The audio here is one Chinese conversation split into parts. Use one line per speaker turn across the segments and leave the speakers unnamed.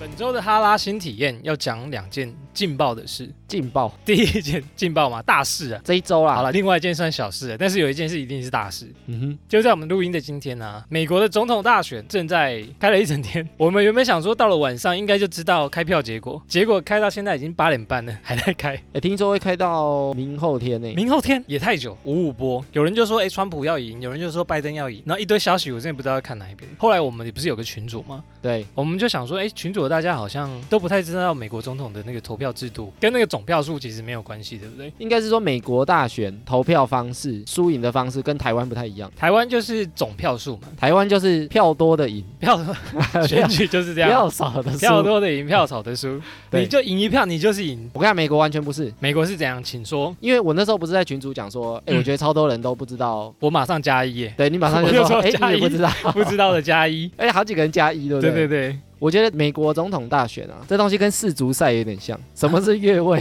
本周的哈拉新体验要讲两件劲爆的事。
劲爆！
第一件劲爆嘛，大事啊。
这一周啦，
好，了，另外一件算小事啊了，但是有一件事一定是大事。
嗯哼，
就在我们录音的今天呢、美国的总统大选正在开了一整天。我们原本想说到了晚上应该就知道开票结果，结果开到现在已经八点半了， 还在开。
哎、听说会开到明后天呢、
明后天也太久，五五波。有人就说，哎、川普要赢；有人就说拜登要赢，然后一堆消息，我真的不知道要看哪一边。后来我们不是有个群组吗？
对，
我们就想说，哎、群主大家好像都不太知道美国总统的那个投票制度跟那个总票数其实没有关系，对不对？
应该是说美国大选投票方式、输赢的方式跟台湾不太一样。
台湾就是总票数嘛，
台湾就是票多的赢，
票 选举就是这样，
票少的输。
票多的赢，票少的输，
对
你就赢一票，你就是赢。
我看美国完全不是，
美国是怎样？请说，
因为我那时候不是在群主 讲说，哎、
嗯
我觉得超多人都不知道，
我马上加一 耶，
对你马上
我就
就
说
说，哎、
加
你也
一
不知道， 。
不知道的加一
而且好几个人加一，对不
对
对？
对对，
我觉得美国总统大选啊，这东西跟世足赛有点像。什么是 越位？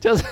就是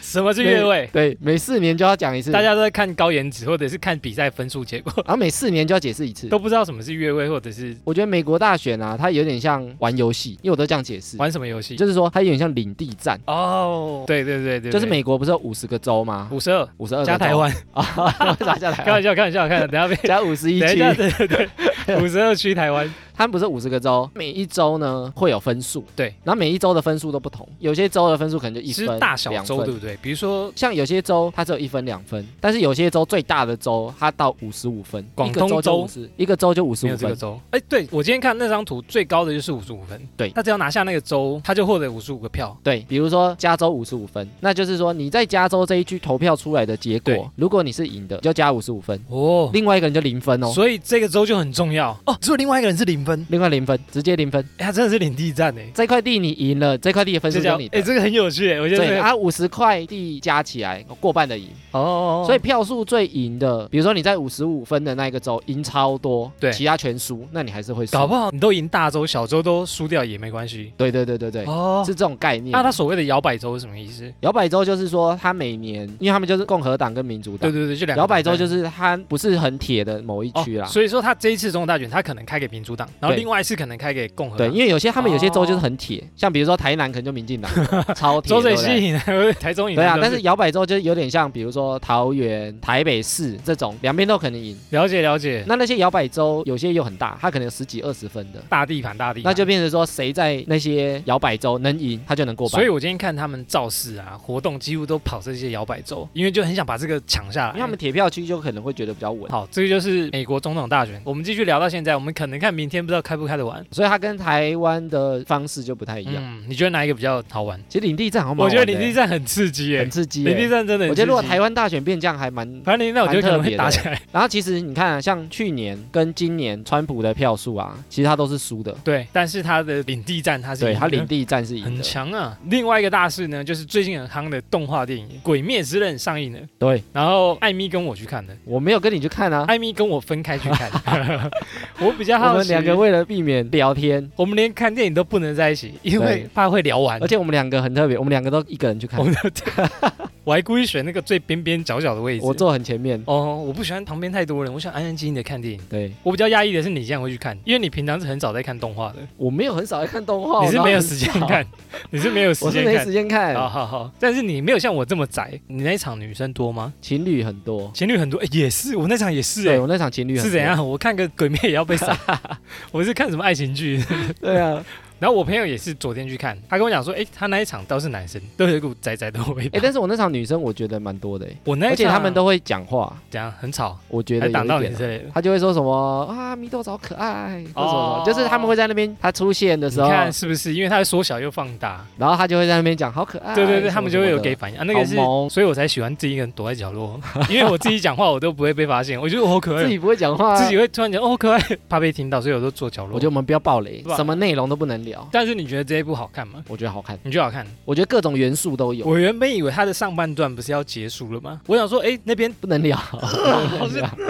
什么是越位？
对，每四年就要讲一次，
大
然
家都在看高颜值，或者是看比赛分数结果，
后每四年就要解释一次
都。不知道什么是越位，或者是
我觉得美国大选啊，它有点像玩游戏，因为我都这样解释，
玩什么游戏。
就是说它有点像领地战，
哦，对对对对，
就是美国不是有五十个州吗？
五十二
五十二
加台湾，
啊，为啥 加
开
台
玩
湾？
笑，开玩笑，开玩笑，等下被
加五十一
等一
区，
下，对对 对，五十二区台湾，
他们不是五十个州，每一州呢会有分数，
对，
然后每一州的分数都不同，有些州的分数可能就一
是
分、
大小
两
州，
分
对不对？比如说
像有些州它只有一分两分，但是有些州最大的州它到五十五分，
广东
一个州
州
就50一个州就五十
没有
五
这个
分，
州，哎，对我今天看那张图，最高的就是五十五分，
对
他只要拿下那个州，他就获得五十五个票，
对，比如说加州五十五分，那就是说你在加州这一区投票出来的结
对
果，如果你是赢的，就加五十五分，
哦，
另外一个人就零分哦，
所以这个州就很重要哦。只有另外一个人是零分，
另外零分，直接零分，
哎，他真的是领地战哎，
这块地你赢了， 这块地的分数
这
就
叫
你的
哎，。这个很有趣哎，我觉得这
对
个
啊，五十块地加起来过半的赢，
哦哦，哦
所以票数最赢的，比如说你在五十五分的那一个州赢超多，
对
其他全输，那你还是会输。
搞不好你都赢大州、小州都输掉也没关系
对对对对对，
哦。
是这种概念。
那他所谓的摇摆州是什么意思？
摇摆州就是说，他每年，因为他们就是共和党跟民主
对
党，
对对，就两个
摇摆州
党派
就是他不是很铁的某一
哦
区啦。
所以说他这一次总统大选，他可能开给民主党，然后
对
另外一次可能开给共和
对，
党。
因为有些他们有些州
哦
就是很铁，像比如说台南可能就 民进党超铁，
周水
对不对
西以南、 台中以
对
南
啊，
都，
但是摇摆州就是有点像，比如说桃园、台北市这种，两边都可能赢。
了解了解，
那那些摇摆州有些又很大，它可能有十几二十分的，
大地盘大地盘，
那就变成说谁在那些摇摆州能赢，他就能过半。
所以，我今天看他们造势啊，活动几乎都跑这些摇摆州，因为就很想把这个抢下来。
因为他们铁票区就可能会觉得比较稳，
好，这个就是美国总统大选。我们继续聊到现在，我们可能看明天不知道开不开得完。
所以它跟台湾的方式就不太一样。
嗯，你觉得哪一个比较好玩？
其实领地战好像蛮
我觉
好
得
玩的
领地
欸
战很刺激耶
很，刺激欸、
领地战真的很刺激。
我觉得如果台湾大选变这样还蛮……
反正领地战，我觉得可能会打起来。
然后其实你看、啊，像去年跟今年川普的票数啊，其实他都是输的，
对，但是他的领地战他是
对
赢
他
的
领地战是赢
很
的，
强啊！另外一个大事呢，就是最近很夯的动画电影《鬼灭之刃》上映了。
对，
然后艾米跟我去看的，
我没有跟你去看啊，
艾米跟我分开去看。 我比较
我
好
们
奇，
两个为了避免聊天，
我们连看电影都不能在一起，因为
对
怕会聊完
而。且我们两个很特别，我们两个都一个人去看
我， 我还故意选那个最边边角角的位置。
我坐很前面，
哦，我不喜欢旁边太多人，我想安安静静的看电影。
对
我比较压抑的是你这样会去看，因为你平常是很少在看动画的，
我没有很少在看动画，
你是
我哪
没有
很
时间
少，
看，你是没有时
我是
间
没
看
时。间看，
好好好，但是你没有像我这么宅。你那一场女生多吗？
情侣很多，
情侣很多，哎、也是，我那场也是、
对
哎，
我那场情侣很多
是怎？样？我 看个鬼灭也要被 杀，我是看什么爱情剧。
对啊，
然后我朋友也是昨天去看，他跟我讲说，哎、他那一场倒是男生，都有一股宅宅的味道。
哎，但是我那场女生我觉得蛮多的欸，
我那一
而且
场
他们都会讲话，
怎样，很吵，
我觉
还
得有
挡
一
到你
点
之类的。
他就会说什么啊，米豆子好可爱，或者什么
哦
的，就是他们会在那边他出现的
你
时候，
看是不是？因为它缩小又放大，
然后他就会在那边讲好可爱，哦
对对对，
什么
他们就会有
什么的
给反应啊。那个是
好萌，
所以我才喜欢自己一个人躲在角落，因为我自己讲话我都不会被发现， 我觉得我好可爱
自
哦，
己不会讲话啊，
自己会突然讲哦好可爱，怕被听到， 所以我都坐角落。
我觉得我们不要暴雷
是吧，
什么内容都不能聊。
但是你觉得这一部好看吗？
我觉得好看，
你觉得好看？
我觉得各种元素都有，
我原本以为
哦
它的上半段不是要结束了吗？我想说，哎，那边
不能聊。
好像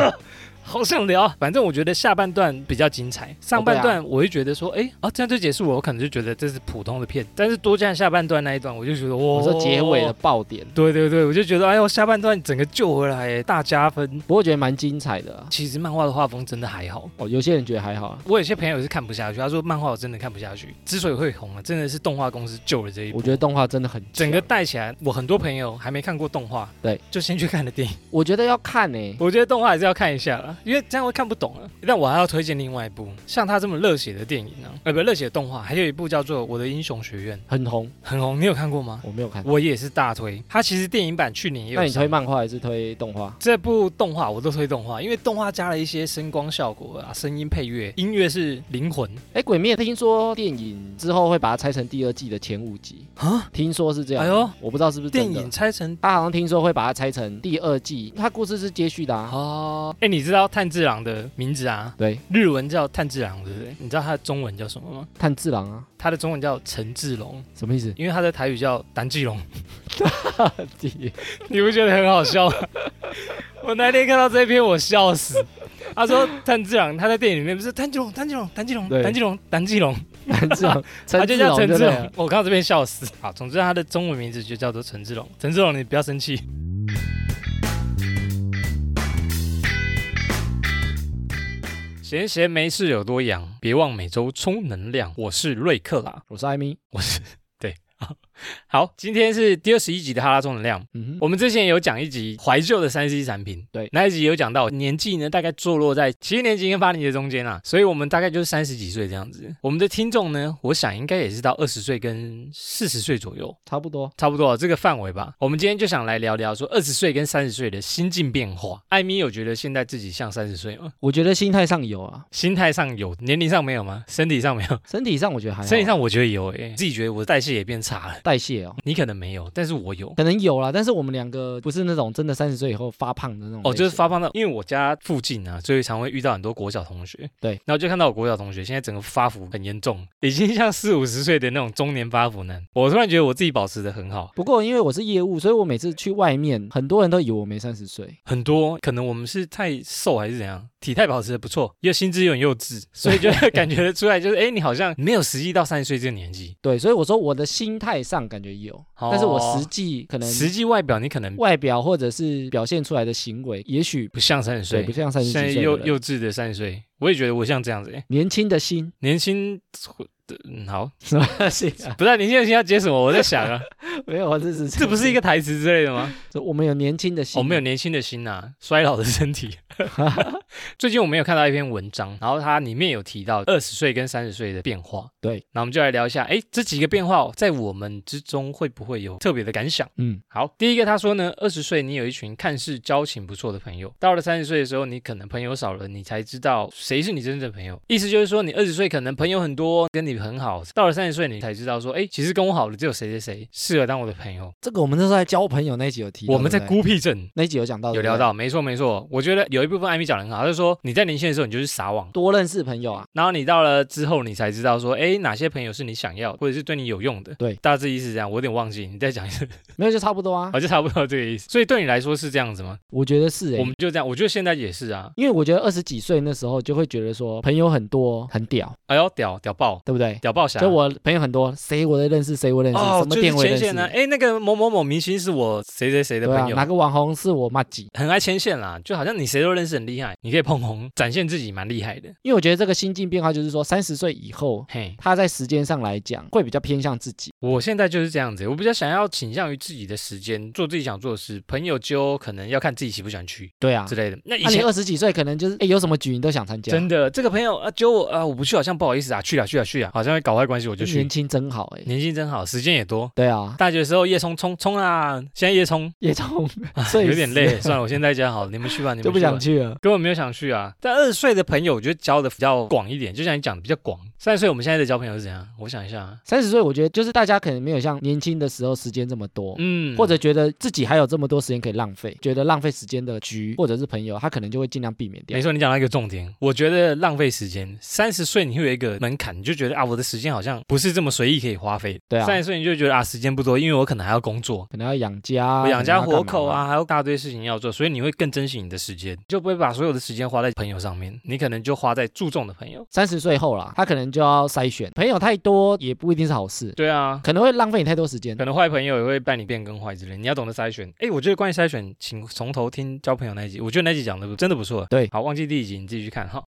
好想聊。反正我觉得下半段比较精彩，上半
哦
段我会觉得说，哎、啊，这样就结束了，我可能就觉得这是普通的片。但是多加下半段那一段，我就觉得哇，
我说结尾的。爆点，
对对对，我就觉得哎呦，下半段整个救回来耶，大加分。
不过我觉得蛮精彩的啊。
其实漫画的画风真的还好，
哦，有些人觉得还好啊，
我有些朋友是看不下去，他说漫画我真的看不下去。之所以会红了，啊真的是动画公司救了这一
我
部。
觉得动画真的很强
整个，带起来，我很多朋友还没看过动画，
对，
就先去看了电影。
我觉得要看欸呢、
我觉得动画还是要看一下啦，因为这样会看不懂啊了。但我还要推荐另外一部，像他这么热血的电影呢、呃，不，热血的动画，还有一部叫做《我的英雄学院》，
很红，
很红，你有看过吗？
我没有看。
我也是大推，它其实电影版去年也有
那
上。
你推漫画还是推动画？
这部动画我都推动画，因为动画加了一些声光效果啊、声音配乐，音乐是灵魂
哎，《鬼灭》听说电影之后会把它拆成第二季的前五集，
啊。
听说是这样。
哎呦，
我不知道是不是
电
真的
影拆成
他好像听说会把它拆成第二季，它故事是接续的啊。
哦，哎，你知道炭治郎的名字啊？
对，
日文叫炭治郎，对不对？你知道他的中文叫什么吗？
炭治郎啊，
他的中文叫陈志龙，
什么意 思？
因为他的台语叫丹志龙。
第
你不觉得很好笑吗？ 我那天看到这篇，我笑死。他说炭治郎，他在电影里面不是炭治郎、炭治郎、炭治郎、
对
炭治郎、炭治郎，
炭治 郎，
他
陈
就
志
叫
龙
陈
对不
志
对
龙
了。。
我看到这边笑死。好，总之他的中文名字就叫做陈志龙。陈志龙，你不要生气。闲闲没事有多养，别忘每周充能量。我是瑞克啦，
我是艾米，
我是对。好，今天是第二十一集的哈拉充能量。
嗯哼，
我们之前有讲一集怀旧的三 C 产品，
对
那一集有讲到年纪呢，大概坐落在七年级跟八年级的中间啊，所以我们大概就是三十几岁这样子。我们的听众呢，我想应该也是到二十岁跟四十岁左右，
差不多。
差不多这个范围吧。我们今天就想来聊聊说二十岁跟三十岁的心境变化。艾米有觉得现在自己像三十岁吗？
我觉得心态上有啊，
心态上有，年龄上没有吗？身体上没有？
身体上我觉得还好啊，
身体上我觉得有诶、自己觉得我的代谢也变差了。
代谢哦，
你可能没有，但是我有。
可能有啦，但是我们两个不是那种真的三十岁以后发胖的那种类型。
哦，就是发胖到，因为我家附近啊，所以常会遇到很多国小同学。
对
然后就看到我国小同学现在整个发福很严重， 已经像四五十岁的那种中年发福男。我突然觉得我自己保持的很好，
不过因为我是业务，所以我每次去外面，很多人都以为我没三十岁。
很多可能我们是太瘦还是怎样，体态保持的不错，又心智又很幼 稚，所以就感觉得出来，就是哎，你好像没有实际到三十岁这个年纪，
对，所以我说我的心态上感觉有，
哦
但是我实际可能
实际外表你可能
外表或者是表现出来的行为，也许
不像三十
对
岁
不，像三十
现在
几岁
幼
的人
幼稚的三十岁，我也觉得我像这样子，哎，
年轻的心，
年轻。嗯，好，
什么心啊？
不是年轻人现在要接什么？我在想啊，
没有，啊，这 是
这不是一
个，
个台词之类的吗？
这我们有年轻的心，啊
我们有年轻的心呐、衰老的身体。 最近我们有看到一篇文章，然后它里面有提到二十岁跟三十岁的变化。
对，
那我们就来聊一下，哎，这几个变化在我们之中会不会有特别的感想？
嗯，
好，第一个他说呢，二十岁你有一群看似交情不错的朋友，到了三十岁的时候，你可能朋友少了，你才知道谁是你真正的朋友。意思就是说，你二十岁可能朋友很多，跟你很好，到了三十岁你才知道说，哎，其实跟我好的只有谁谁谁适合当我的朋友。
这个我们那时候在交朋友那一集有提到，
我们在
对不对
孤僻症。
那一集有讲到，
有
哦对不对
聊到，没错没错，我觉得有一部分艾米讲的很好，就是说你在年轻的时候你就是撒网，
多认识朋友啊，
然后你到了之后你才知道说，哎，哪些朋友是你想要或者是对你有用的。
对
大致意思是这样，我有点忘记，你再讲一次，
没有就差不多啊
好，，就差不多这个意思。所以对你来说是这样子吗？
我觉得是、欸，
我们就这样，我觉得现在也是啊。
因为我觉得二十几岁那时候就会觉得说朋友很多很屌，
哎呦，屌屌爆，
对不对？
屌爆侠！
就我朋友很多，谁我都认识，谁我认识，
啊哦
什，么
就是
店我
牵
也认识，
线呢、啊，哎，那个某某某明星是我谁谁谁的
对啊
朋，友。
哪个网红是我妈几？
很爱牵线啦，就好像你谁都认识，很厉害，你可以碰红，展现自己蛮厉害的。
因为我觉得这个心境变化就是说，三十岁以后，
嘿，
他在时间上来讲会比较偏向自己，
我现在就是这样子，我比较想要倾向于自己的时间，做自己想做的事。朋友揪可能要看自己喜不喜欢去
对啊
之。类的。那以
那、你
前、
二十几岁可能就是哎、有什么局你都想参加，
真的，这个朋友啊揪我啊，我不去好像不好意思啊，去了去了去了，好像会搞坏关系，我就去
年。轻真好哎、
年轻真好，时间也多。
对啊，
大学的时候夜冲冲冲啊，现在夜冲、
也 痛，
啊
所以
有点
是
累，算了，我先在家好了，你们去吧，你们
就不
去吧
想去了。
根本没有想去啊。但二十岁的朋友，我觉得交的比较广一点，就像你讲的比较广，三十岁我们现在的交朋友是怎样？我想一下啊，
三十岁，我觉得就是大家可能没有像年轻的时候时间这么多，
嗯，
或者觉得自己还有这么多时间可以浪费，觉得浪费时间的局或者是朋友，他可能就会尽量避免掉
没。错，你讲到一个重点，我觉得浪费时间。三十岁你会有一个门槛，你就觉得啊，我的时间好像不是这么随意可以花费的。
对啊
三十岁你就觉得啊，时间不多，因为我可能还要工作。
可能要养家啊，
我养家
可能要
活
干嘛
口，啊，还有大堆事情要做，所以你会更珍惜你的时间，就不会把所有的时间花在朋友上面，你可能就花在注重的朋友。
三十岁后啦，他可能就要筛选，朋友太多也不一定是好事，
对啊，
可能会浪费你太多时间
可。能坏朋友也会伴你变更坏之类，你要懂得筛选。哎，我觉得关于筛选，请从头听交朋友那一集，我觉得那一集讲的真的不错。
对
好，忘记第一集，你自己去看哈。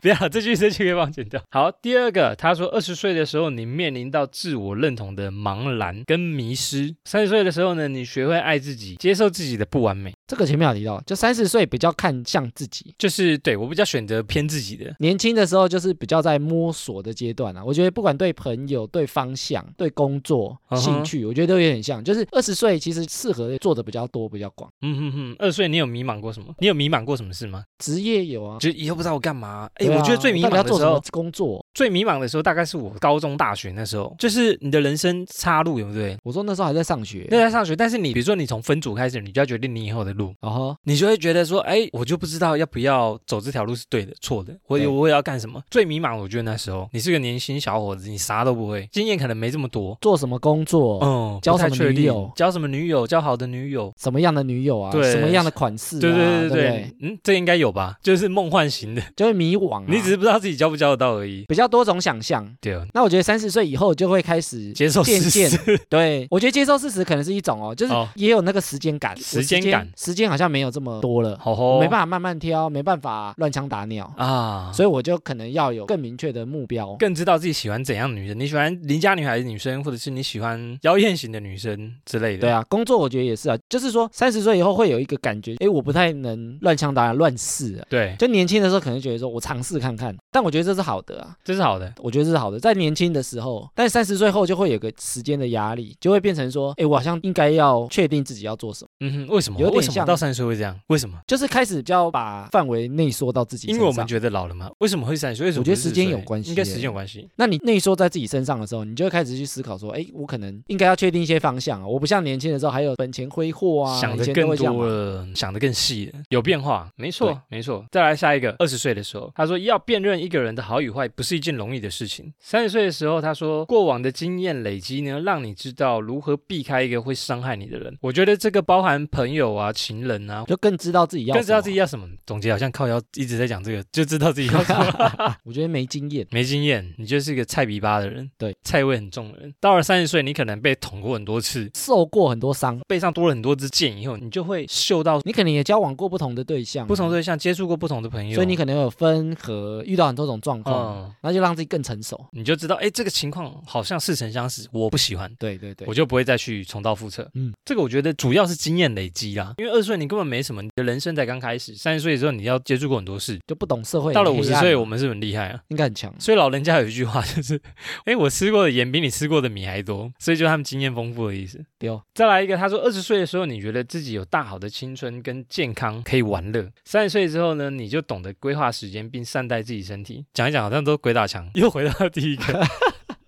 不要，这句这句可以帮我剪掉。好，第二个，他说二十岁的时候，你面临到自我认同的茫然跟迷失；三十岁的时候呢，你学会爱自己，接受自己的不完美。
这个前面有提到，就三十岁比较看向自己，
就是对我比较选择偏自己的，
年轻的时候就是比较在摸索的阶段啊。我觉得不管对朋友、对方向、对工作、
嗯哼
兴趣，我觉得都有点像。就是二十岁其实适合做的比较多、比较广，
嗯哼哼，二十岁你有迷茫过什么？你有迷茫过什么事吗？
职业有啊。
就以后不知道我干嘛？哎、
对啊
我觉得最迷
到底
茫
要
的
做
时
什么
候，
工作？
最迷茫的时候大概是我高中、大学那时候，就是你的人生岔路，对不对？
我说那时候还在上学，
那在上学，但是你比如说你从分组开始，你就要决定你以后的路，
然后
哦你就会觉得说，哎、我就不知道要不要走这条路是对的、错的，我
对
我也要干什么？最迷茫，我觉得那时候你是个年轻小伙子，你啥都不会，经验可能没这么多。
做什么工作？
嗯，
交
不太
什么
确
女
定
友
交什么女友，交好的女友，
什么样的女友啊？
对
什么样的款式、啊？
对对
对
对
不
对，嗯，这应该有吧？就是梦幻型的，
就会迷惘、啊。
你只是不知道自己交不交得到而已。
比较多种想象。
对哦，
那我觉得三十岁以后就会开始
接受
渐
事
渐
实。
对，我觉得接受事实可能是一种哦，就是
哦
也有那个时间感，我
时间感，
时间好像没有这么多了，
好
我
吼，
没办法慢慢挑，没办法乱枪打鸟，
哦啊，
所以我就可能要有更明确的目标。
更知道自己喜欢怎样的女生。你喜欢邻家女孩子、女生，或者是你喜欢妖艳型的女生之类的。
对，啊，工作我觉得也是啊，就是说三十岁以后会有一个感觉，诶，我不太能乱枪打鸟、乱试、啊。
对，
就年轻的时候可能觉得说我尝试看看，但我觉得这是好的啊，
这是好的。
我觉得这是好的，在年轻的时候，但三十岁后就会有个时间的压力，就会变成说，诶，我好像应该要确定自己要做什么。
嗯哼，为什么？
有点
为什么
像
到三十岁会这样？为什么？
就是开始比较把范围内缩到自己身
因
上。
为我们觉得老了嘛。为什么会三十岁？为什么
我觉得
不是
时间
40
有
岁
关系
应该时
耶
间有关系。
那你内缩在自己身上的时候，你就会开始去思考说，哎，我可能应该要确定一些方向啊。我不像年轻的时候还有本钱挥霍啊，
想
以
的
前都
更
会这样嘛
多了，想的更细了，有变化，没
对
错，没错。再来下一个，二十岁的时候，他说要辨认一个人的好与坏不是一件容易的事情。三十岁的时候，他说过往的经验累积呢，让你知道如何避开一个会伤害你的人。我觉得这个包含朋友啊、情人啊。
就更知道自己要
更知道自
什
己
么。
要什么，总结好像靠腰一直在讲这个，就知道自己要什么。
我觉得没经验，
没经验，你就是一个菜逼巴的人，
对，
菜味很重的人。到了三十岁，你可能被捅过很多次，
受过很多伤，
背上多了很多支箭以后，你就会嗅到
你可能也交往过不同的对象啊、
不同对象，接触过不同的朋友，
所以你可能有分合，遇到很多种状况，
嗯，
那就让自己更成熟。
你就知道，哎，这个情况好像似曾相识，我不喜欢。
对对对
我，就不会再去重蹈覆辙。
嗯
嗯，这个我觉得主要是经验累积啦，因为二十岁你根本没什么，你的人生才刚开始。三十岁之后你要接触过很多事，
就不懂社会。
到了五十岁
我
我们是不是很厉害啊。
应该很强。
所以老人家有一句话就是， 哎，我吃过的盐比你吃过的米还多，所以就他们经验丰富的意思。
对哦，
再来一个，他说二十岁的时候，你觉得自己有大好的青春跟健康可以玩乐；三十岁之后呢，你就懂得规划时间并善待自己身体。讲一讲，好像都鬼打墙， 又回到第一个，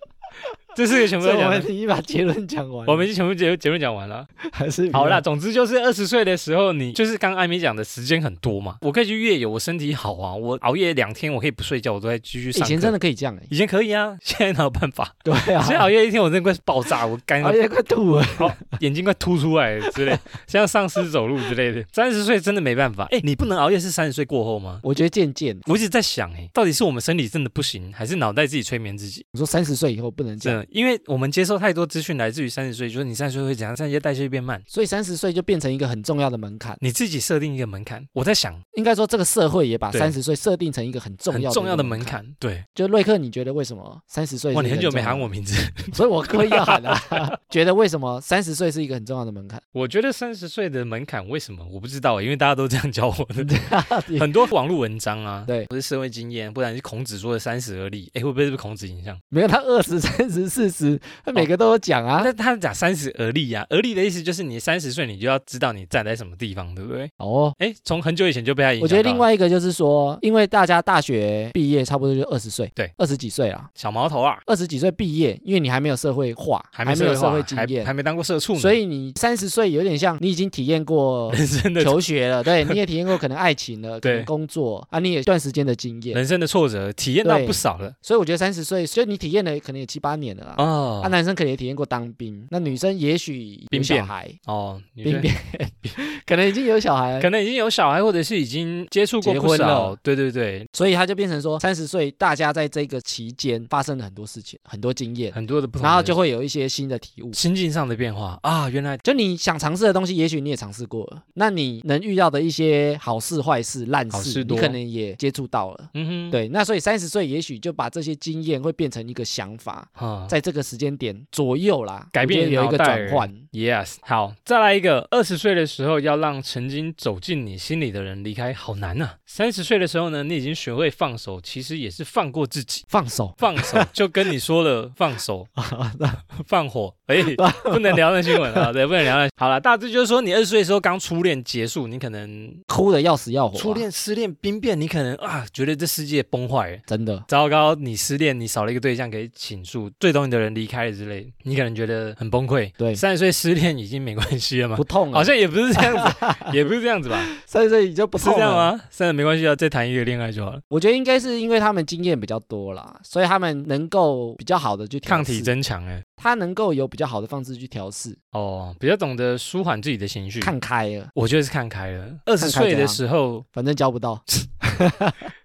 这四个全部
所
都
以我
讲
们
完
已，经把结论讲完了，
我们已经全部结结论讲完了。
还是比较
好啦，总之就是二十岁的时候，你就是刚刚艾米讲的时间很多嘛，我可以去越野，我身体好啊，我熬夜两天我可以不睡觉，我都在继续
以
上课。
前真的可以这样哎、
以前可以啊， 现在哪有办法？
对啊，
现在熬夜一天，我真的快爆炸，我肝
熬夜快吐了。
眼睛快凸出来了之类， 像丧尸走路之类的。三十岁真的没办法，哎、你不能熬夜是三十岁过后吗？
我觉得渐渐，
我一直在想、哎，到底是我们身体真的不行，还是脑袋自己催眠自己？
你说三十岁以后不能这
真
样，
的，因为我们接受太多资讯来自于三十岁，就是你三十岁会怎样，三十岁代谢变慢，
所以三十岁就变成一个很重要的门槛。
你自己设定一个门槛。我在想，
应该说，这个社会也把
对
三十岁设定成一个很重
很
要
重要
的
的
一个
门
门。
槛。对，
就瑞克，你觉得为什么三十岁？
哇，你很久没喊我，名字，
所以我刻意要喊啊。 觉得为什么三十岁是一个很重要的门槛？
我觉得三十岁的门槛为什么我不知道、因为大家都这样教我 的。很多网络文章啊，
对
不是社会经验，不然是孔子说的三十而立，哎，会不会是被孔子影响？
没有，他二十三十四十，他每个都有讲啊。
但他讲三十而立呀、而立的意思就是你三十岁，你就要知道你站在什么地方，对不对？
哦，
哎，从很久以前就被他影响
我觉
到了。
得另外一个就是说，因为大家大学毕业差不多就二十岁，
对，
二十几岁啦，
小毛头啊，
二十几岁毕业，因为你还没有社会化，
还
没
没
有
社
社
会
会
化
经
还还
验，
没当过社畜呢，
所以你三十岁有点像你已经体验 过
人生的
求学了，对，你也体验过可能爱情了，可
对
能工作啊，你也一段时间的经验，
人生的挫折体验到
对
不少了
所以我觉得三十岁，所以你体验了可能也七八年了啦。
哦
啊，男生可能也体验过当兵，那女生也许有
兵
小
变
孩，
哦，你觉得
兵变， 可能已经有小孩了，
可能已经有小孩，或者是已经接触过
结
不
婚
少
了，
对对对，
所以他就变成说，三十岁大家在这个期间发生了很多事情，很多经验，
很多的不同的，
然后就会有一些新的体悟。
心境上的变化啊，原来
就你想尝试的东西，也许你也尝试过了，那你能遇到的一些好事、坏事、烂
好
事，
事
你
多
可能也接触到了。
嗯哼，
对，那所以三十岁也许就把这些经验会变成一个想法，
啊。
在这个时间点左右啦，
改变
我觉得有一
你
个
脑袋
转换。
Yes，好，再来一个。二十岁的时候要让曾经走进你心里的人离开，好难呐、啊。三十岁的时候呢，你已经学会放手，其实也是放过自己。
放手，
放手，就跟你说了，放手， 放火，哎、不能聊那新闻啊，对，不能聊那。好了，大致就是说，你二十岁的时候刚初恋结束，你可能
哭的要死要活、
初，恋、失恋、兵变，你可能啊，觉得这世界崩坏了。
真的，
糟糕，你失恋，你少了一个对象可以倾诉，最懂你的人离开了之类，你可能觉得很崩溃。
对
三十岁失恋已经没关系了吗
不？痛啊
好
了，
像也不啊是这样 子，也不是这样子吧？
三十岁你就不
是
痛
这样
了。
吗？三十没关系啊，再谈一个恋爱就好了，
我觉得应该是因为他们经验比较多啦，所以他们能够比较好的去调
抗体
试，
增强哎、
他能够有比较好的方式去调试，
哦，比较懂得舒缓自己的情绪，
看开了，
我觉得是看开了。二十
看开
岁
怎
的
样
时候，
反正交不到，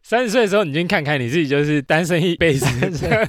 三十岁的时候，你已经看开你自己，就是单身一辈子，真的，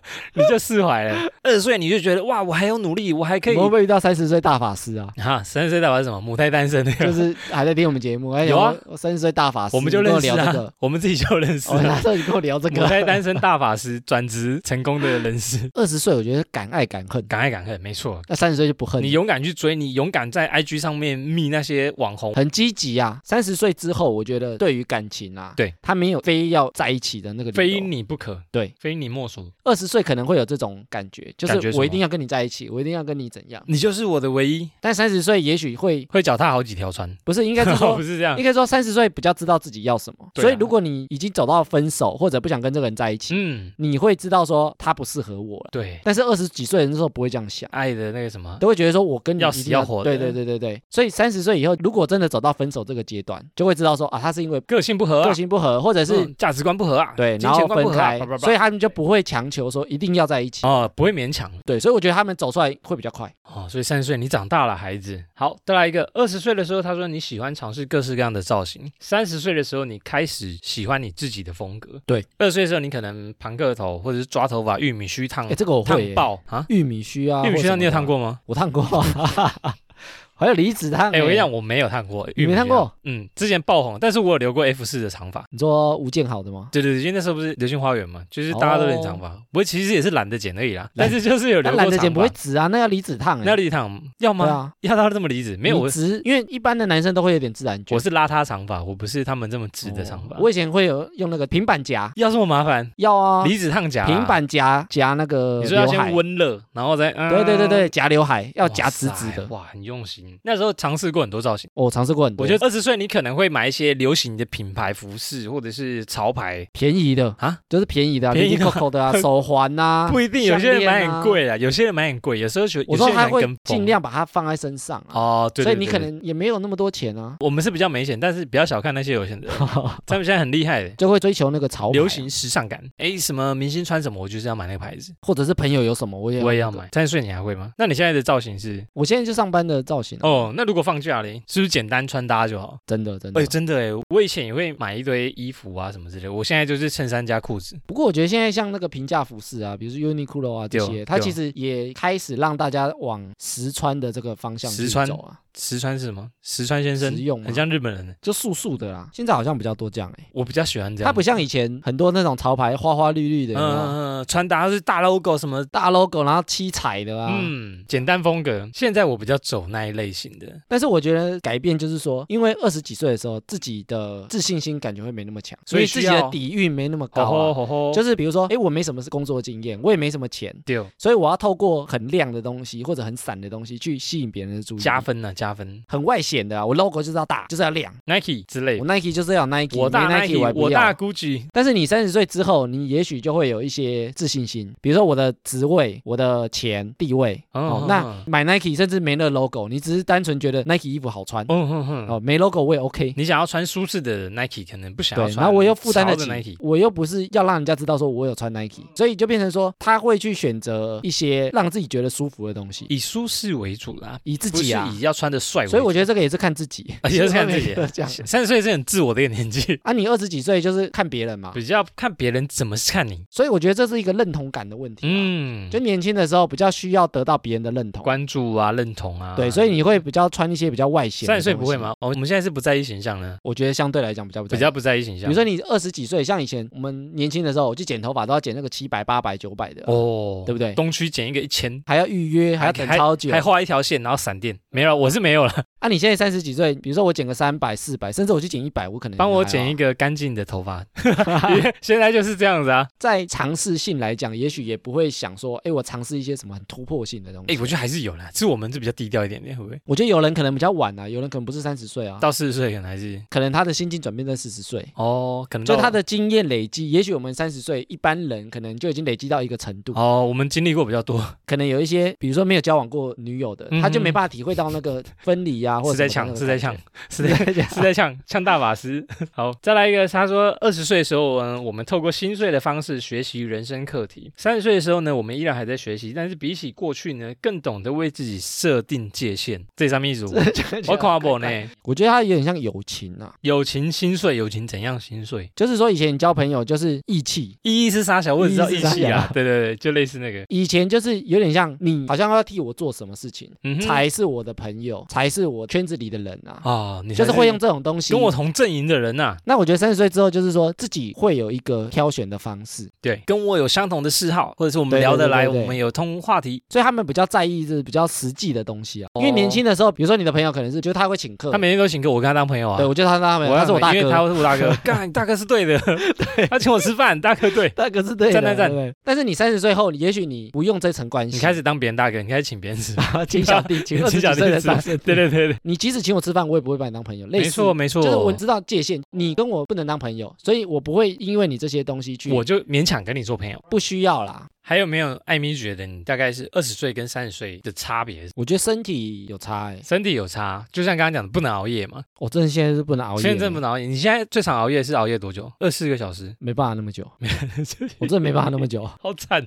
你就释怀了。二十岁你就觉得哇，我还有努力，我还可以
我。会不会遇到三十岁大法师啊？
哈，三十岁代表是什么？母胎单身。
就是还在听我们节目，哎，
有啊
我，我三十岁大法师，
我们就
你跟
认识
聊这
啊
个，，
我们自己就认识
我
啊
那。时候你跟我聊这
母胎
个，
单身大法师转职成功的人 士，
二十岁我觉得敢爱敢恨，
敢爱敢恨，没错。
那三十岁就不恨了
你，勇敢去追，你勇敢在 IG 上面密那些网红，
很积极啊。三十岁之后，我觉得对于感情啊，
对
他没有非要在一起的那个理
非
由
你不可，
对，
非你莫属。
二十岁可能会有这种感觉，就
感觉
是
什么
我一定要跟你在一起，我一定要跟你怎 样。
你就是我的唯一，
但三十岁也许会
会脚踏好几条 船。
不是，应该是
不
说。
是这样
应，该说三十岁比较知道自己要什么，
对啊
所以如果你已经走到分手或者不想跟这个人在一起，
嗯，
你会知道说他不适合我了。
对，
但是二十几岁的时候不会这样想，
爱的那个什么，
都会觉得说我跟你
要
一定
死要活的
对对对对对，所以三十岁以后，如果真的走到分手这个阶段，就会知道说啊，他是因为
个性不合、啊，
个性不合，或者是、
嗯价值观不合啊，
对，
金
然后
钱观
分
不合啊
开
叭叭，叭
所以他们就不会强求说一定要在一起。
哦，不会勉强
对，所以我觉得他们走出来会比较快。
哦。所以三十岁你长大了，孩子。好，再来一个，二十岁的时候，他说你喜欢尝试各式各样的造型；三十岁的时候，你开始喜欢你自己的风格。
对，
二十岁的时候，你可能盘个头，或者是抓头发、玉米须烫
哎，，这个我
嗯烫
会耶，
爆啊！
玉米须啊，
玉米须烫你有烫
烫？
过吗？
我烫过， 还有离子烫。
哎，我跟你讲，，我没有烫过，
你
玉米须
没烫过？
嗯，之前爆红，但是我有留过 F 四的长发。
你说吴建豪的吗？
对对对，因为那时候不是《流星花园》嘛，就是大家都留长发，我其实也是懒得剪而已啦，但
哦懒
是就是有留
但
过长
懒
发。
得剪不会直啊，那要离子烫哎。
那立烫要
对
吗？
啊，
要到这么离子？没有，我
直，因为一般的男生都会有点自然卷。
我是邋遢长发，我不是他们这么直的长发。
哦我以前会有用那个平板夹，
要这么麻烦，
要啊，
离子烫夹啊
平，板夹夹那个
你说
刘
要
海
先，温热，然后再嗯
对对对对，夹刘海要
哇
夹直直
塞
的。
哇，很用心。那时候尝试过很多造型，
我尝试过很多，
我觉得二十岁你可能会买一些流行的品牌服饰或者是潮牌，
便宜的
啊，
就是便宜的啊，
便宜的
Coco 的啊， 手环呐，
不一定有些人
项
买
链啊
很贵啦，有些人买很贵，有时候觉得有
我
些
说
人
他
还
会
跟
尽
风
量把它放在身上啊，
哦，对，
所以
对
你
对
可
对
能也没有那么多钱啊，
我们是比较没钱，但是不要小看那些有钱 的人，他们现在很厉害的。
就会追求那个潮牌啊
流行时尚感，哎，什么明星穿什么，我就是要买那个牌子。
或者是朋友有什么我也
我也要
那个
买。。三十岁你还会吗？那你现在的造型是？
我现在就上班的造型啊，
哦，那如果放假嘞，是不是简单穿搭就好？
真的真
哎、
的。
真的哎，我以前也会买一堆衣服啊什么之类的，我现在就是衬衫加裤子。
不过我觉得现在像那个平价服饰啊，比如说 Uniqlo 啊这
对哦
些，它
对哦
其实也开始让大家往实穿的这个方向
实
去
穿
走啊。
石川是什么？石川先生
实用吗啊
很像日本人。欸
就素素的啦。现在好像比较多这样哎、
我比较喜啊欢这样，
它不像以前很多那种潮牌花花绿绿的
嗯
有没有
嗯嗯，穿搭是大 logo 什么。
大 logo，然后七彩的啊。
嗯，简单风格。现在我比较走那一类型的，
但是我觉得改变就是说，因为二十几岁的时候，自己的自信心感觉会没那么强，
所以需
自己
要哦
的底蕴没那么高、
吼吼
啊。
吼吼，
就是嗯是比如说，哎，我没什么工作经验，我也没什么钱，
对，
所以我要透过很亮的东西或者很闪的东西去吸引别人的注意力，
加分呢、加分。
很外显的啊，我 logo 就是要大，就是要亮，
Nike 之类
我，Nike 就是要 Nike，
我大
没
Nike，
Nike 我还
我
不
大
要。
Gucci，
但是你三十岁之后，你也许就会有一些自信心，比如说我的职位、我的钱、地位。
哦
哦，那买 Nike 甚至没那 logo，你只是单纯觉得 Nike 衣服好穿，
嗯哼哼，
哦，没 logo 我也 OK。
你想要穿舒适的 Nike，可能不想要
对，
穿，
然后我又负担得
潮的 Nike
起，。我又不是要让人家知道说我有穿 Nike，所以就变成说他会去选择一些让自己觉得舒服的东西，
以舒适为主啦，
以自
不是
己啊
以。要穿的帅为主。
所以我觉得这个也是看自己，
啊也是看自己
这样
三十岁是很自我的一个年纪，
啊。你二十几岁就是看别人嘛，
比较看别人怎么看你。
所以我觉得这是一个认同感的问题、嗯，
嗯，
就年轻的时候比较需要得到别人的认同，
关注啊，认同啊。
对，所以你会比较穿一些比较外显。
三十岁不会？吗？哦，我们现在是不在意形象呢，
我觉得相对来讲比较不在
比
意。
较不在意形
比
象。
如说你二十几岁，像以前我们年轻的时候，去剪头发都要剪那个七百、八百、九百的，
哦，
对不对
东区剪一个一千，
还要预约，还要等超久。
还画一条线，然后闪电没有，我是没有了。
啊，你现在三十几岁，比如说我剪个三百、四百，甚至我去剪一百，我可能
帮我
还好
剪一。个干净的头发， 现在就是这样子啊。
在尝试性来讲，也许也不会想说，哎，我尝试一些什么很突破性的东西。
哎，我觉得还是有啦，是我们是比较低调一点点，会不会？
我觉得有人可能比较晚啊，有人可能不是三十岁啊，
到四十岁可能还是
可能他的心境转变在四十岁。
哦，可能
就
到
他的经验累积，也许我们三十岁一般人可能就已经累积到一个程度，
哦，我们经历过比较多，
可能有一些，比如说没有交往过女友的，
嗯哼
他就没办法体会到那个分离啊，或者
是在
什么
呛，
的
是在呛， 是
那
在
个感觉，是在呛。
是在呛呛大法师。 好，再来一个，他说二十岁的时候，嗯，我们透过心碎的方式学习人生课题；三十岁的时候呢，我们依然还在学习，但是比起过去呢，更懂得为自己设定界限。这上面一组我看不呢，
我觉得他有点像友情啊，
友情心碎，友情怎样心碎？
就是说以前你交朋友就是义气，
意义是啥小，我只知道
意义
义
是啥
气
小
啊，对对对，就类似那个，
以前就是有点像你好像要替我做什么事情，
嗯哼，
才是我的朋友，才是我圈子里的人啊，
哦，你
就是
才
会用这种东西
跟我。同阵营的人啊呐、
那我觉得三十岁之后，就是说自己会有一个挑选的方式，
对，跟我有相同的嗜好，或者是我们
对
聊
对
得
对
来，
对对
我们有通话题，
所以他们比较在意就是比较实际的东西啊。
哦
因为年轻的时候，比如说你的朋友可能是，就是他会请客，
他每天都请客，我跟他当朋友啊。
对我就他他们，
要
他是我大
因为
哥，
他是我大 哥，干大哥是对的，他请我吃饭，大哥对。
大哥是对的，
赞赞赞
对不对但是你三十岁后，你也许你不用这层关系，
你开始当别人大哥，你开始请别人吃饭，
啊，请小弟，请二十
请
几
小弟
岁的
吃
大哥，
对对对对，
你即使请我吃饭，我也不会把你当朋友，类
没
似，
错没错，
就是我知道界限，你跟我不能当朋友，所以我不会因为你这些东西去，
我就勉强跟你做朋友。
不需要啦。
还有没有艾米觉得你大概是二十岁跟三十岁的差别？
我觉得身体有差哎、欸，
身体有差，就像刚刚讲的，不能熬夜嘛。
我真的现在是不能熬夜，
现在真的不能熬夜，你现在最长熬夜是熬夜多久？二十四个小时，
没办法那么久， 我真的没办法那么久。
好惨。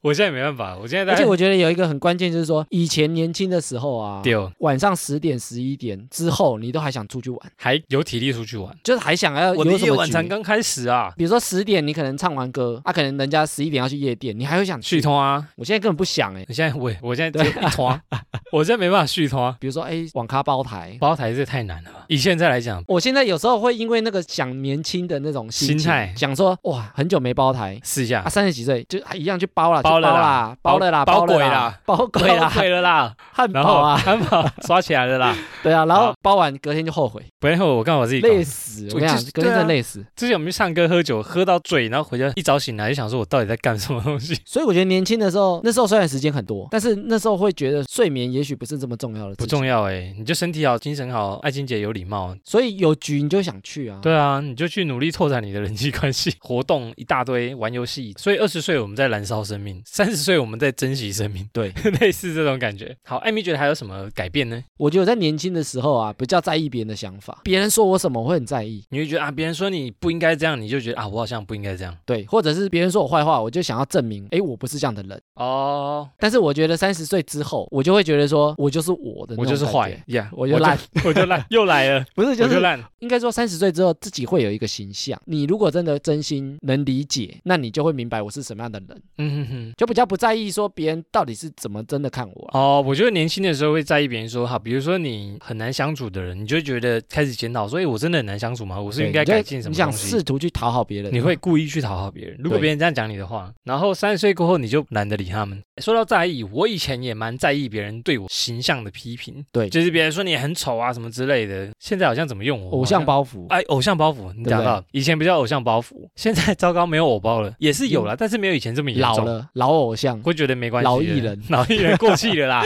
我现在没办法，我现在大
而
概
且我觉得有一个很关键，就是说以前年轻的时候啊，
丢，
晚上十点十一点之后，你都还想出去玩，
还有体力出去玩。
就是还想要
我的
有什
夜
么
晚
局
才刚开始啊，
比如说十点你可能唱完歌，啊，可能人家十一点要去夜店，你还会想
续
去？
通啊！
我现在根本不想哎、
你现在我我现在只有一通 啊，我现在没办法续通啊。
比如说哎、网咖包台，
包台这太难了吧？以现在来讲，
我现在有时候会因为那个想年轻的那种心情
心态
想说哇，很久没包台。
试一下
啊，，三十几岁就一样去包啦，
包
去
了啦
包了啦，
包
包了啦，包
包
鬼啦，
贵了啦，
汉
然
堡
后
啊，
汉堡刷起来了啦。
对啊，然后
好
包完隔天就后悔，
不然后我刚好我自己搞
累死，我
我
跟你讲
就是，
隔天真
对
的
啊
累死。
之前我们去唱歌喝酒，喝到醉，然后回家一早醒来就想说，我到底在干什么东西？
所以我觉得年轻的时候，那时候虽然时间很多，但是那时候会觉得睡眠也许不是这么重要的，
不重。要哎、你就身体好，精神好，爱金姐有礼貌。
所以有局你就想去啊，
对啊，你就去努力拓展你的人际关系， 活动一大堆，玩游戏。所以二十岁我们在燃烧生命，三十岁我们在珍惜生命，
对，
类似这种感觉。好，艾米觉得还有什么改变呢？
我觉得我在年轻的时候啊，比较在意别人的想法，别人说我什么我会很在意，
你会觉得啊，别人说你不应该这样，你就觉得啊，我好像不应该这样。
对，或者是别人说我坏话，我就想要证明，诶，我不是这样的人。
哦，
但是我觉得三十岁之后，我就会觉得说我就是我的，
我就是坏，呀、
我就烂，
我就烂，又来了，
不 是，就
我就是烂。
应该说三十岁之后自己会有一个形象。你如果真的真心能理解，那你就会明白我是什么样的人，
嗯哼哼。
就比较不在意说别人到底是怎么真的看我啊、
哦，我觉得年轻的时候会在意别人说好，比如说你很难相处的人，你就会觉得开始检讨，所以我真的很难相处吗？我是
对
应该
你就
改进什么
你想
东西
试图去讨好别人，
你会故意去讨好别人。如果
对
别人这样讲你的话，然后三十岁过后你就懒得理他们。说到在意，我以前也蛮在意别人对我形象的批评，
对
就是别人说你很丑啊什么之类的。现在好像怎么用我
偶像。包袱。
哎，偶像包袱，你
对不
讲
对
到以前不叫偶像包袱，现在 糟糕没有偶包了，也是有了，但是没有以前这么严
嗯老
重。
了，老偶像，
会觉得没关系。
老艺人，
老艺人过气了 啦，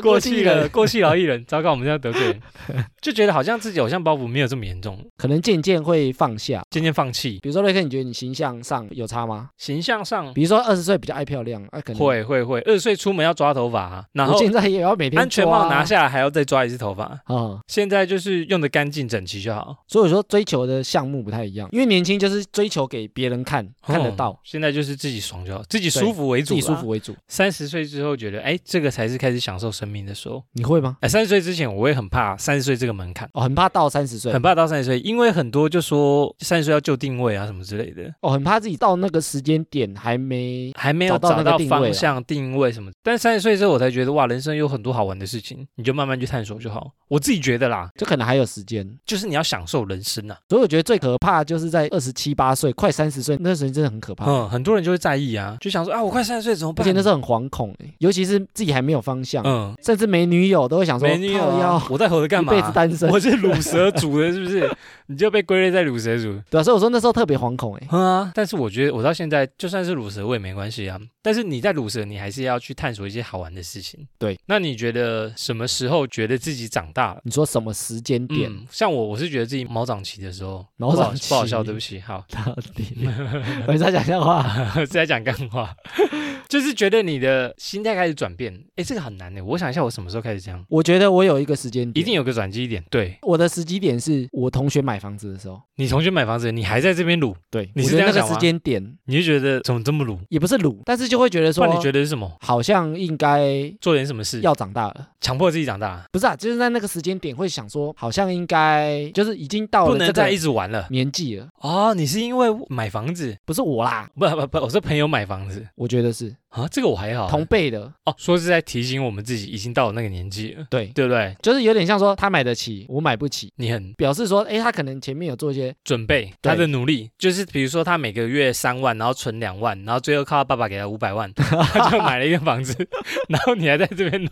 过气了，过气老艺人，糟糕，我们现在得罪人， 就觉得好像自己偶像包袱没有这么严重，
可能渐渐会放下。
渐渐放弃。
比如说瑞克，你觉得你形象上有差吗？
形象上
比如说二十岁比较爱漂亮，啊，可能
哦会会会，二十岁出门要抓头发啊，然
我
后
现在也要每天
安全
抓
帽
啊
拿下来还要再抓一次头发。
啊、
现在就是用的干净整齐就好，
所以我说追求的项目不太一样，因为年轻就是追求给别人看看得到
哦，现在就是自己爽就好，自己舒服为主
自
啦，
己舒服为主。
三十岁之后觉得，哎，这个才是开始享受生命的时候。
你会吗？
哎，三十岁之前我会很怕三十岁这个门槛。
哦，很怕到三十岁
很，怕到三十岁，因为很多就说三十岁要就定位啊什么之类的，
哦，很怕自己到那个时间点还没
还没有
找到
找
那个
到
定位
方
啊
向定位什么。但三十岁之后，我才觉得哇，人生有很多好玩的事情，你就慢慢去探索就好。我自己觉得啦，
就可能还有时间，
就是你要享受人生啊。
所以我觉得最可怕就是在二十七八岁、快三十岁那时候真的很可怕，
嗯，很多人就会在意啊，就想说啊，我快三十岁怎么
而
办？
且那时候很惶恐、欸，尤其是自己还没有方向，
嗯，
甚至没女友都会想说，
没女友
靠
啊、
腰
我在活着干嘛、
一辈子单身
我是乳蛇族的，是不 是？你就被归类在乳蛇族。
对啊，所以我说那时候特别惶恐、欸，
嗯啊，但是我觉得我到现在就算是乳蛇我也没关系啊。但是你在乳蛇，你还是要去探索一些好玩的事情。
对，
那你觉得什么时候觉得自己长大了？
你说什么时间点？啊
嗯，像我，我是觉得自己毛长齐的时候，
毛长齐
不好不好笑，对不起，好，
到底
嗯
我在讲笑话，
是在讲干话， 就是觉得你的心态开始转变。哎，这个很难的，我想一下，我什么时候开始这样？
我觉得我有一个时间点，
一定有个转机点。对
我的时机点是我同学买房子的时候，
你同学买房子，你还在这边撸，
对，
你
我
是
觉
这
得
样
那个
想吗
时间点
你就觉得怎么这么撸？
也不是鲁，但是就会觉得
不
说，
然你觉得是什么？
好像应该
做点什么事，
要长大了，
强迫自己长大，
不是啊，就是在那个时间点会想说，好像应该就是已经到
不
了这
能再一
个嗯
直玩了。
年纪了，
哦，你是因为买房子？
不是我啦，
不不不，我说朋友买房子
我觉得是
啊，这个我还好。
同辈的，
哦，说是在提醒我们自己已经到了那个年纪了，
对，
对不对？
就是有点像说他买得起，我买不起。
你很
表示说，哎，他可能前面有做一些，
准备
对
他的努力，就是比如说他每个月三万，然后存两万，然后最后靠他爸爸给他五百万，他就买了一个房子， 然后你还在这边弄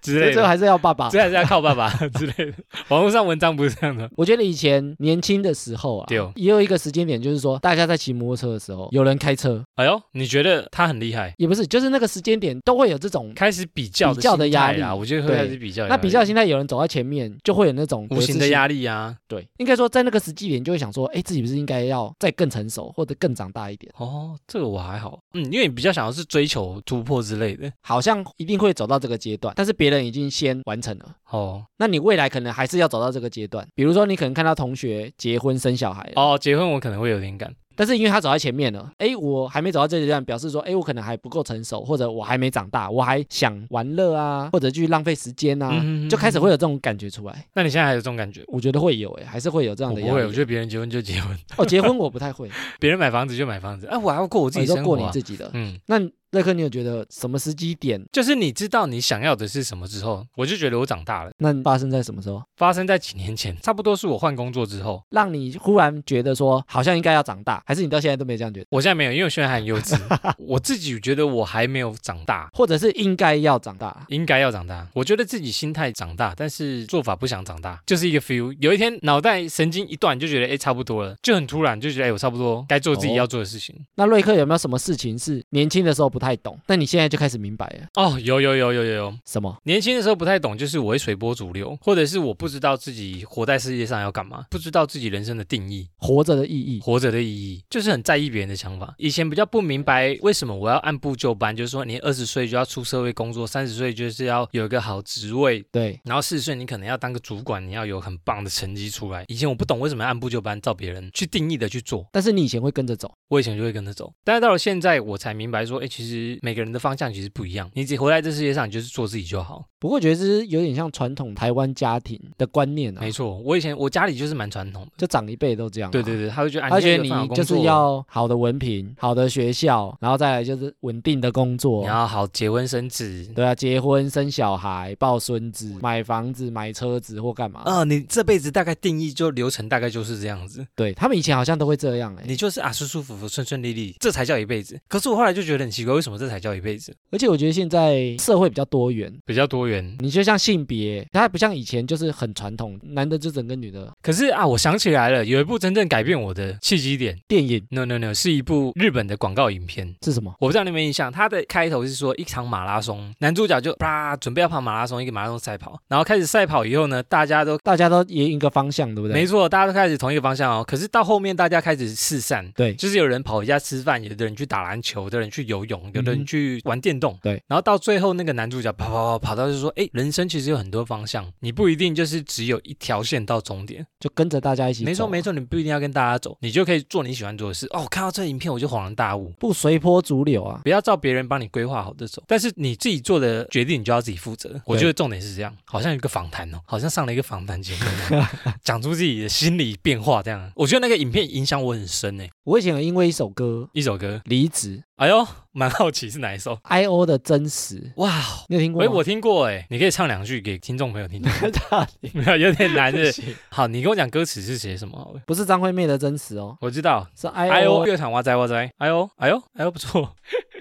之 类
最后
的，
还是要爸爸。
这还是要靠爸 爸之类的。网络上文章不是这样的，
我觉得以前年轻的时候啊
对哦，
也有一个时间点，就是说大家在骑摩托车的时候，有人开车，
哎呦，你觉得他很厉害？
也不是，就是那个时间点都会有这种。
开始比较
比较的
心态
压力
啦，我觉得会
对
开始比较的压力，
那比较心态，有人走在前面，就会有那种
无形的
力。
压力啊。
对，应该说在那个时机点，就会想说，哎，自己不是应该要再更成熟或者更长大一点，
哦，这个我还好，嗯，因为你比较想要是追求突破之类的。
好像一定会走到这个阶段，但是别人已经先完成了。
哦
那你未来可能还是要走到这个阶段，比如说你可能看到同学结婚生小孩了，
哦，结婚我可能会有点感，
但是因为他走在前面了，哎，我还没走到这个阶段，表示说，哎，我可能还不够成熟，或者我还没长大，我还想玩乐啊，或者去浪费时间啊，
嗯
就开始会。有这种感觉出来。
那你现在还有这种感觉？
我觉得会有哎、还是会有这样
我
的
不
压
会，
力。
我觉得别人结婚就结婚，
哦，结婚我不太会，
别人买房子就买房子，哎、我还要过我 自
哦你
己
都
生活、
过
啊。
你自己的。
嗯，
那瑞克，你有觉得什么时机点？
就是你知道你想要的是什么之后，我就觉得我长大了。
那发生在什么时候，
发生在几年前，差不多是我换工作之后。
让你忽然觉得说好像应该要长大，还是你到现在都没这样觉得，
我现在没有，因为我现在还很幼稚，我自己觉得我还没有长大，
或者是应该要长大？
应该要长大。我觉得自己心态长大，但是做法不想长大，就是一个 feel。有一天脑袋神经一断，就觉得哎差不多了，就很突然就觉得哎我差不多该做自己
哦
要做的事情。
那瑞克有没有什么事情是年轻的时候不太懂，但你现在就开始明白了？
哦，有有有有有有，
什么？
年轻的时候不太懂，就是我会随波逐流，或者是我不知道自己活在世界上要干嘛，不知道自己人生的定义、
活着的意义？
活着的意义，就是很在意别人的想法。以前比较不明白为什么我要按部就班，就是说你二十岁就要出社会工作，三十岁就是要有一个好职位。
对，
然后四十岁你可能要当个主管，你要有很棒的成绩出来。以前我不懂为什么要按部就班，照别人去定义的去做，
但是你以前会跟着走，
我以前就会跟着走。但是到了现在，我才明白说，哎，其实每个人的方向其实不一样。你只活在这世界上，你就是做自己就好。
不过我觉得这是有点像传统台湾家庭的观念啊
没，错，我以前我家里就是蛮传统的，
就长一辈都这样、
对对。对，他会觉得，啊
他觉得
你
你
要有饭好工
就是
作
要好的文凭、好的学校，然后再来就是稳定的工作
你，要好结婚生子。
对啊，结婚、生小孩、抱孙子、买房子、买车子或干嘛。
啊、你这辈子大概定义就流程大概就是这样子，
对他们以前好像都会这样哎、
你就是啊舒舒服服、顺顺利利，这才叫一辈子。可是我后来就觉得很奇怪，为什么这才叫一辈子？
而且我觉得现在社会比较多元，
比较多元。
你就像性别，它不像以前就是很传统，男的就整个女的。
可是啊，我想起来了，有一部真正改变我的契机点
电影
，no no no，是一部日本的广告影片。
是什么？
我不知道你有没有印象，它的开头是说一场马拉松，男主角就啪准备要跑马拉松，一个马拉松赛跑，然后开始赛跑以后呢，大家都
大家都一一个方向，对不对？
没错，大家都开始同一个方向哦。可是到后面大家开始四散，
对
就是有人跑回家吃饭，有的人去打篮球，有的人去游泳，有的
嗯哼
人去玩电动，
对。
然后到最后那个男主角跑跑跑跑到就说，哎，人生其实有很多方向，你不一定就是只有一条线到终点。
就跟着大家一起走。
没错没错，你不一定要跟大家走，你就可以做你喜欢做的事。哦，看到这影片我就恍然大悟。
不随波逐流啊。
不要照别人帮你规划好的走，但是你自己做的决定，你就要自己负责。我觉得重点是这样，好像有一个访谈哦，好像上了一个访谈节目一样，讲出自己的心理变化这样。我觉得那个影片影响我很深诶，
我以前有因为一首歌
一首歌，
《离职》
哎呦，蛮好奇是哪一首。
，I.O. 的真实，
哇，
你有听过
喂，
吗？
我听过哎，你可以唱两句给听众朋友 听听，
我
没有有点 难的。好，你跟我讲歌词是写什么好了？
不是张惠妹的真实哦，
我知道，
是
哎呦，
I.O.
乐团哇哉哇哉，哎呦，哎呦，哎呦，不 错，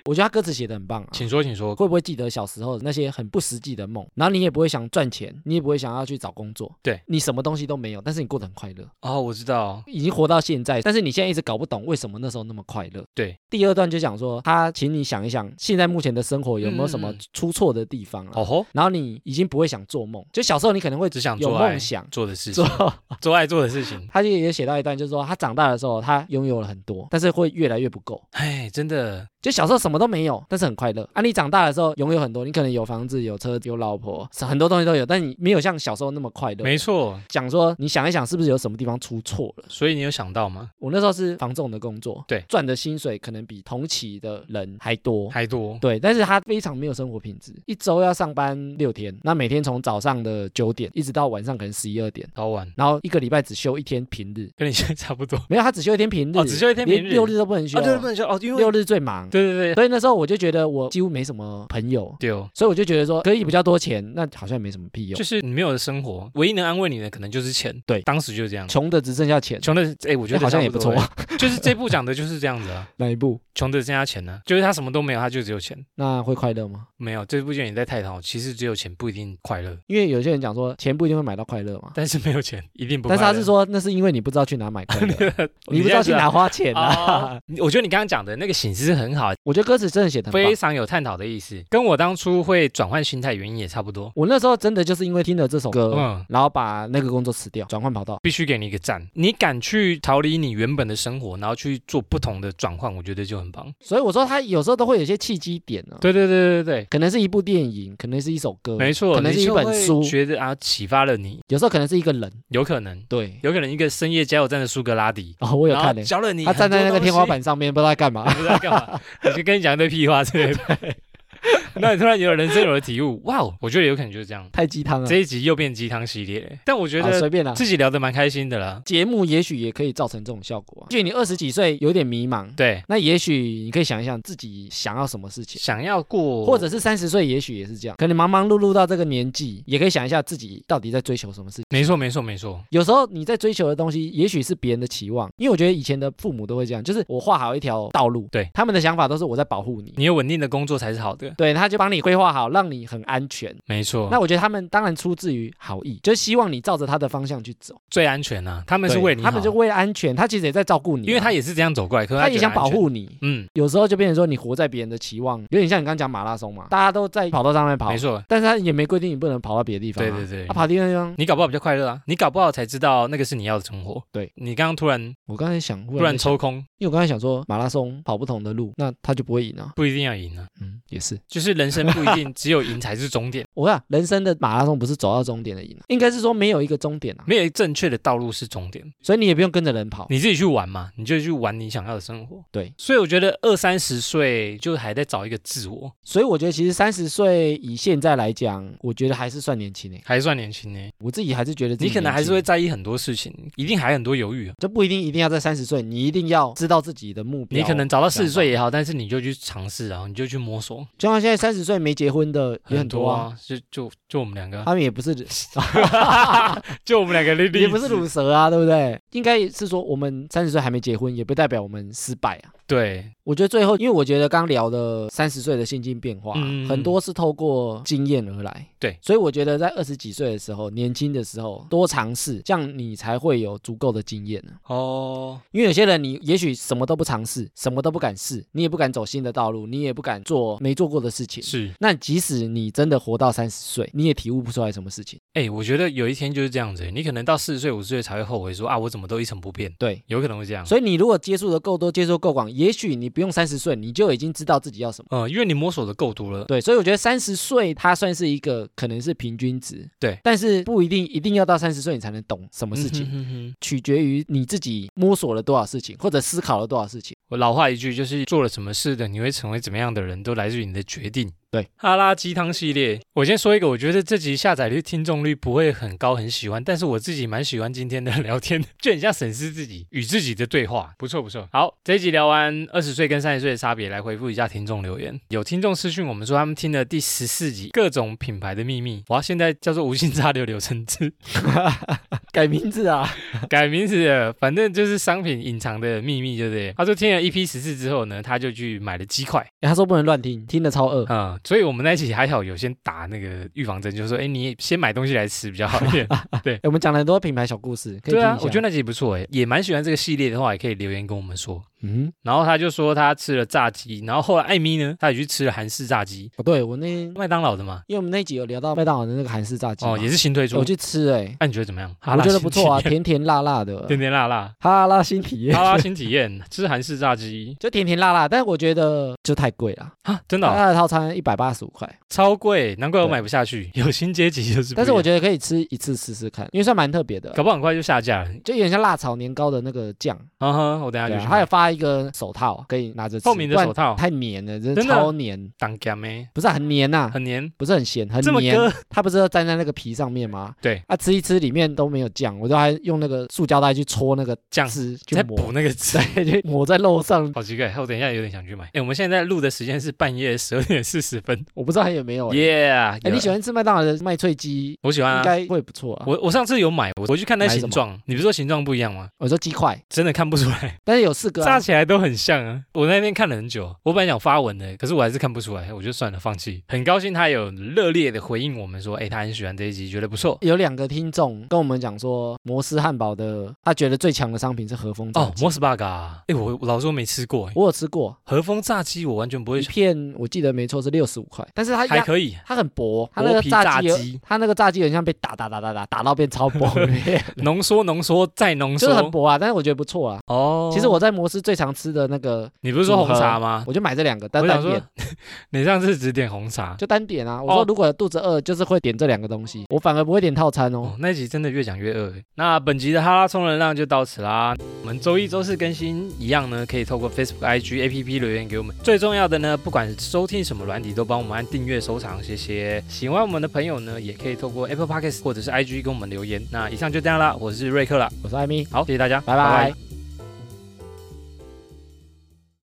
我觉得她歌词写的很棒啊。
请说，请说。
会不会记得小时候那些很不实际的梦？然后你也不会想赚钱，你也不会想要去找工作，
对
你什么东西都没有，但是你过得很快乐，
哦，我知道，
已经活到现在，但是你现在一直搞不懂为什么那时候那么快乐。
对，
第二段就讲说，他请你想一想，现在目前的生活有没有什么
嗯嗯嗯
出错的地方啊？
哦吼，
然后你已经不会想做梦，就小时候你可能会
只想
有
做爱
梦想
做的事情
做。。
做爱做的事情。
他就也写到一段，就是说他长大的时候，他拥有了很多，但是会越来越不够。
哎，真的，
就小时候什么都没有，但是很快乐。啊，你长大的时候拥有很多，你可能有房子、有车、有老婆，很多东西都有，但你没有像小时候那么快乐。
哎没错。
讲说，你想一想，是不是有什么地方出错了？
所以你有想到吗？
我那时候是房仲的工作，
对
赚的薪水可能比同期的人还多，
还多，
对，但是他非常没有生活品质，一周要上班六天，那每天从早上的九点一直到晚上可能十一二点，
早晚
然后一个礼拜只休一天平日，
跟你现在差不多。
没有，他只休一天平日，
哦只休一天平日
连六日都不能休，
啊，对，不能说哦，因为
六日最忙。
对对对
所以那时候我就觉得我几乎没什么朋友，
对哦，
所以我就觉得说可以比较多钱，那好像没什么屁用
就，是你没有的生活，唯一能安慰你的可能就是钱。
对
当时就是这样。
穷的只剩下钱，
穷的，哎，我觉
哎
得
好像也不
差
错
多。。哎就是这部讲的就是这样子啊，
哪一部？
穷的剩下钱呢，就是他什么都没有，他就只有钱。
那会快乐吗？
没有这部电影在探讨，其实只有钱不一定快乐，
因为有些人讲说钱不一定会买到快乐嘛，
但是没有钱一定不快
但
乐。
是他是说那是因为你不知道去哪买快 乐，你不知道去哪花钱啊。
啊？我觉得你刚刚讲的那个醒思很好，
我觉得歌词真的写的很棒
非。常有探讨的意思，跟我当初会转换心态原因也差不多。
我那时候真的就是因为听了这首歌，
嗯
然后把那个工作辞掉，转换跑道。
必须给你一个赞，你敢去逃离你原本的生活，然后去做不同的转换，我觉得就很棒。
所以我说他有时候都会有一些契机点呢、啊，
对对对对对，
可能是一部电影，可能是一首歌，
没错，
可能是
你
一
就
本
会
书，
觉得啊启发了你，
有时候可能是一个人。
有可能，
对，
有可能一个深夜加油站的苏格拉底，
哦，我有
然后
看呢、
教了你，
他站在那个天花，板上面，不知道在干嘛。
不知道干嘛，我就跟你讲一堆屁话之类的。那你突然有人生有了体悟，哇，哦，我觉得有可能就是这样。
太鸡汤了
这，一集又变鸡汤系列，但我觉
嗯好啊
得
随便啦。
自己聊得蛮开心的啦。
节目也许也可以造成这种效果、啊。就你二十几岁有点迷茫，
对，
那也许你可以想一想自己想要什么事情，
想要过
或者是三十岁，也许也是这样。可能忙忙碌碌到这个年纪，也可以想一下自己到底在追求什么事情。
没错没错没错，
有时候你在追求的东西，也许是别人的期望，因为我觉得以前的父母都会这样，就是我画好一条道路，
对
他们的想法都是我在保护你，
你有稳定的工作才是好的。
对，他就帮你规划好，让你很安全。
没错，
那我觉得他们当然出自于好意，就希望你照着他的方向去走。
最安全啊，他们是
对
为你好，
他们就为了安全，他其实也在照顾你啊、
因为他也是这样走过来，可是
他也
觉得
想
安
保
全。
护你。
嗯，
有时候就变成说你活在别人的期望，有点像你刚刚讲马拉松嘛，大家都在跑道上面跑
没，错，
但是他也没规定你不能跑到别的地方、啊。
对对对
他、跑别的地方，
你搞不好比较快乐啊，你搞不好才知道那个是你要的生活。
对
你刚刚突然
我刚才想，忽
突然
然，
抽空，
因为我刚才想说马拉松跑不同的路，那他就不会赢啊。
不一定要赢啊，
嗯，也是。
就是人生不一定只有赢才是终点。
我想人生的马拉松不是走到终点的赢啊，应该是说没有一个终点啊，
没有正确的道路是终点，
所以你也不用跟着人跑。
你自己去玩嘛，你就去玩你想要的生活。
对，
所以我觉得二三十岁就还在找一个自我，
所以我觉得其实三十岁以现在来讲，我觉得还是算年轻诶、
还算年轻呢。
我自己还是觉得自己
你可能
年
还是
轻
会在意很多事情，一定还很多犹豫啊。
就不一定一定要在三十岁，你一定要知道自己的目标。
你可能找到四
想
十
法
岁也好，但是你就去尝试，啊然后你就去摸索，
就像现在三十岁没结婚的也很多啊，
啊，就就就我们两个啊，
他们也 不是
就我们两个例
也不是乳蛇啊，对不对？应该是说我们三十岁还没结婚，也不代表我们失败啊。
对，
我觉得最后，因为我觉得刚聊的三十岁的心境变化啊、
嗯
很多是透过经验而来。
对，
所以我觉得在二十几岁的时候，年轻的时候多尝试，这样你才会有足够的经验啊呢、
哦，
因为有些人你也许什么都不尝试，什么都不敢试，你也不敢走新的道路，你也不敢做没做过的事情。
是，
那即使你真的活到三十岁，你也体悟不出来什么事情。
哎，我觉得有一天就是这样子，你可能到四十岁、五十岁才会后悔说啊，我怎么都一成不变，
对，
有可能会这样。
所以你如果接触的够多，接触够广，也许你不用三十岁，你就已经知道自己要什么。
呃，因为你摸索的够多了，
对，所以我觉得三十岁它算是一个可能是平均值，
对
但是不一定一定要到三十岁你才能懂什么事情，
嗯哼哼哼
取决于你自己摸索了多少事情，或者思考了多少事情。
我老话一句，就是做了什么事的，你会成为怎么样的人，都来自于你的决定。
对，
哈拉鸡汤系列，我先说一个，我觉得这集下载率、听众率不会很高，很喜欢，但是我自己蛮喜欢今天的聊天， 就很像审视自己与自己的对话，不错不错。好，这一集聊完二十岁跟三十岁的差别，来回复一下听众留言。有听众私讯我们说，他们听了第十四集各种品牌的秘密，哇，现在叫做无心插柳柳橙汁，
改名字啊，
改名字了，反正就是商品隐藏的秘密，对不对？他说听了 EP 十四之后呢，他就去买了鸡块。
诶他说不能乱听，听了超饿。
嗯，所以我们那一起还好有先打那个预防针，就是说，哎，你先买东西来吃比较好一 点。
诶我们讲了很多品牌小故事，啊可以听
对
一下。
啊，我觉得那集不错哎，也蛮喜欢这个系列的话，也可以留言跟我们说。
嗯，
然后他就说他吃了炸鸡，然后后来艾米呢，她也去吃了韩式炸鸡，
不哦对，我那因
麦当劳的嘛，
为我们那集有聊到麦当劳的那个韩式炸鸡嘛，
哦，也是新推出
我。去吃诶，
那、你觉得怎么样？哈
我
拉
觉得
新
不错啊，
体验
甜甜辣辣的，
甜甜啊辣 辣，
哈拉新体验
哈。拉新体验，吃韩式炸鸡
就甜甜辣辣，但是我觉得就太贵了。
啊，真的哦、
它的套餐一百八十五块，
超贵，难怪我
对
买不下去。有新阶级就是不一样，
但是我觉得可以吃一次试试看，因为算蛮特别的，
搞不好很快就下架了。
就有点像辣炒年糕的那个酱。
嗯哼，我等一下
对啊
就去
它有
买。
发一个手套，可以拿着吃
透明的手，
不
套
然，太黏了，真的
真的
超黏，
当干咩？
不是很黏呐、
很黏，
不是很咸，很
这么
黏
割。
它不是都粘在那个皮上面吗？
对，
啊，吃一吃里面都没有酱，我都还用那个塑胶袋去戳那个
酱
汁，去
在
抹
补，那个汁。
对，去抹在肉上。
好奇怪，我等一下有点想去买。哎、我们现在录的时间是半夜十二点四十分。
我不知道还有没有、欸。
Yeah，
哎、你喜
欢？
欢吃麦当劳的麦脆鸡？
我喜欢
应
啊。
该会不错啊。我
我我上次有买，我我去看那
买什
形状，你不是说形状不一样吗？
我说鸡块，
真的看不出来，
但是有四个、
炸，
啊
起来都很像啊。我那天看了很久，我本来想发文的，可是我还是看不出来，我就算了，放弃。很高兴他有热烈的回应我们说，哎、他很喜欢这一集，觉得不错。
有两个听众跟我们讲说，摩斯汉堡的他觉得最强的商品是和风炸
哦，
鸡。
摩斯 bug 啊！哎、我我老说没吃过、哎
我有吃过
和风炸鸡，我完全不会
一
想，
片，我记得没错是六十五块，但是嗯它
还
压
可以。
它很薄，它
薄
那个
皮
炸
炸
鸡
鸡
有，它那个炸鸡很像被打打打打打打到 变超薄裂，
浓缩、浓缩再浓
就是很
缩。
薄啊，但是我觉得不错啊。
哦，
其实我在摩斯最常吃的那个，
你不是说红茶吗？
我就买这两个，单
我
单
想说
点，
你上次只点红茶。
就单点啊。我说
哦
如果肚子饿，就是会点这两个东西，我反而不会点套餐哦
哦。，那一集真的越讲越饿欸。那本集的哈拉充能量就到此啦。我们周一、周四更新一样呢，可以透过 Facebook、IG、APP 留言给我们。最重要的呢，不管收听什么软体，都帮我们按订阅、收藏，谢谢。喜欢我们的朋友呢，也可以透过 Apple Podcast 或者是 IG 跟我们留言。那以上就这样啦，我是瑞克啦，
我是艾米，
好，谢谢大家，
拜拜。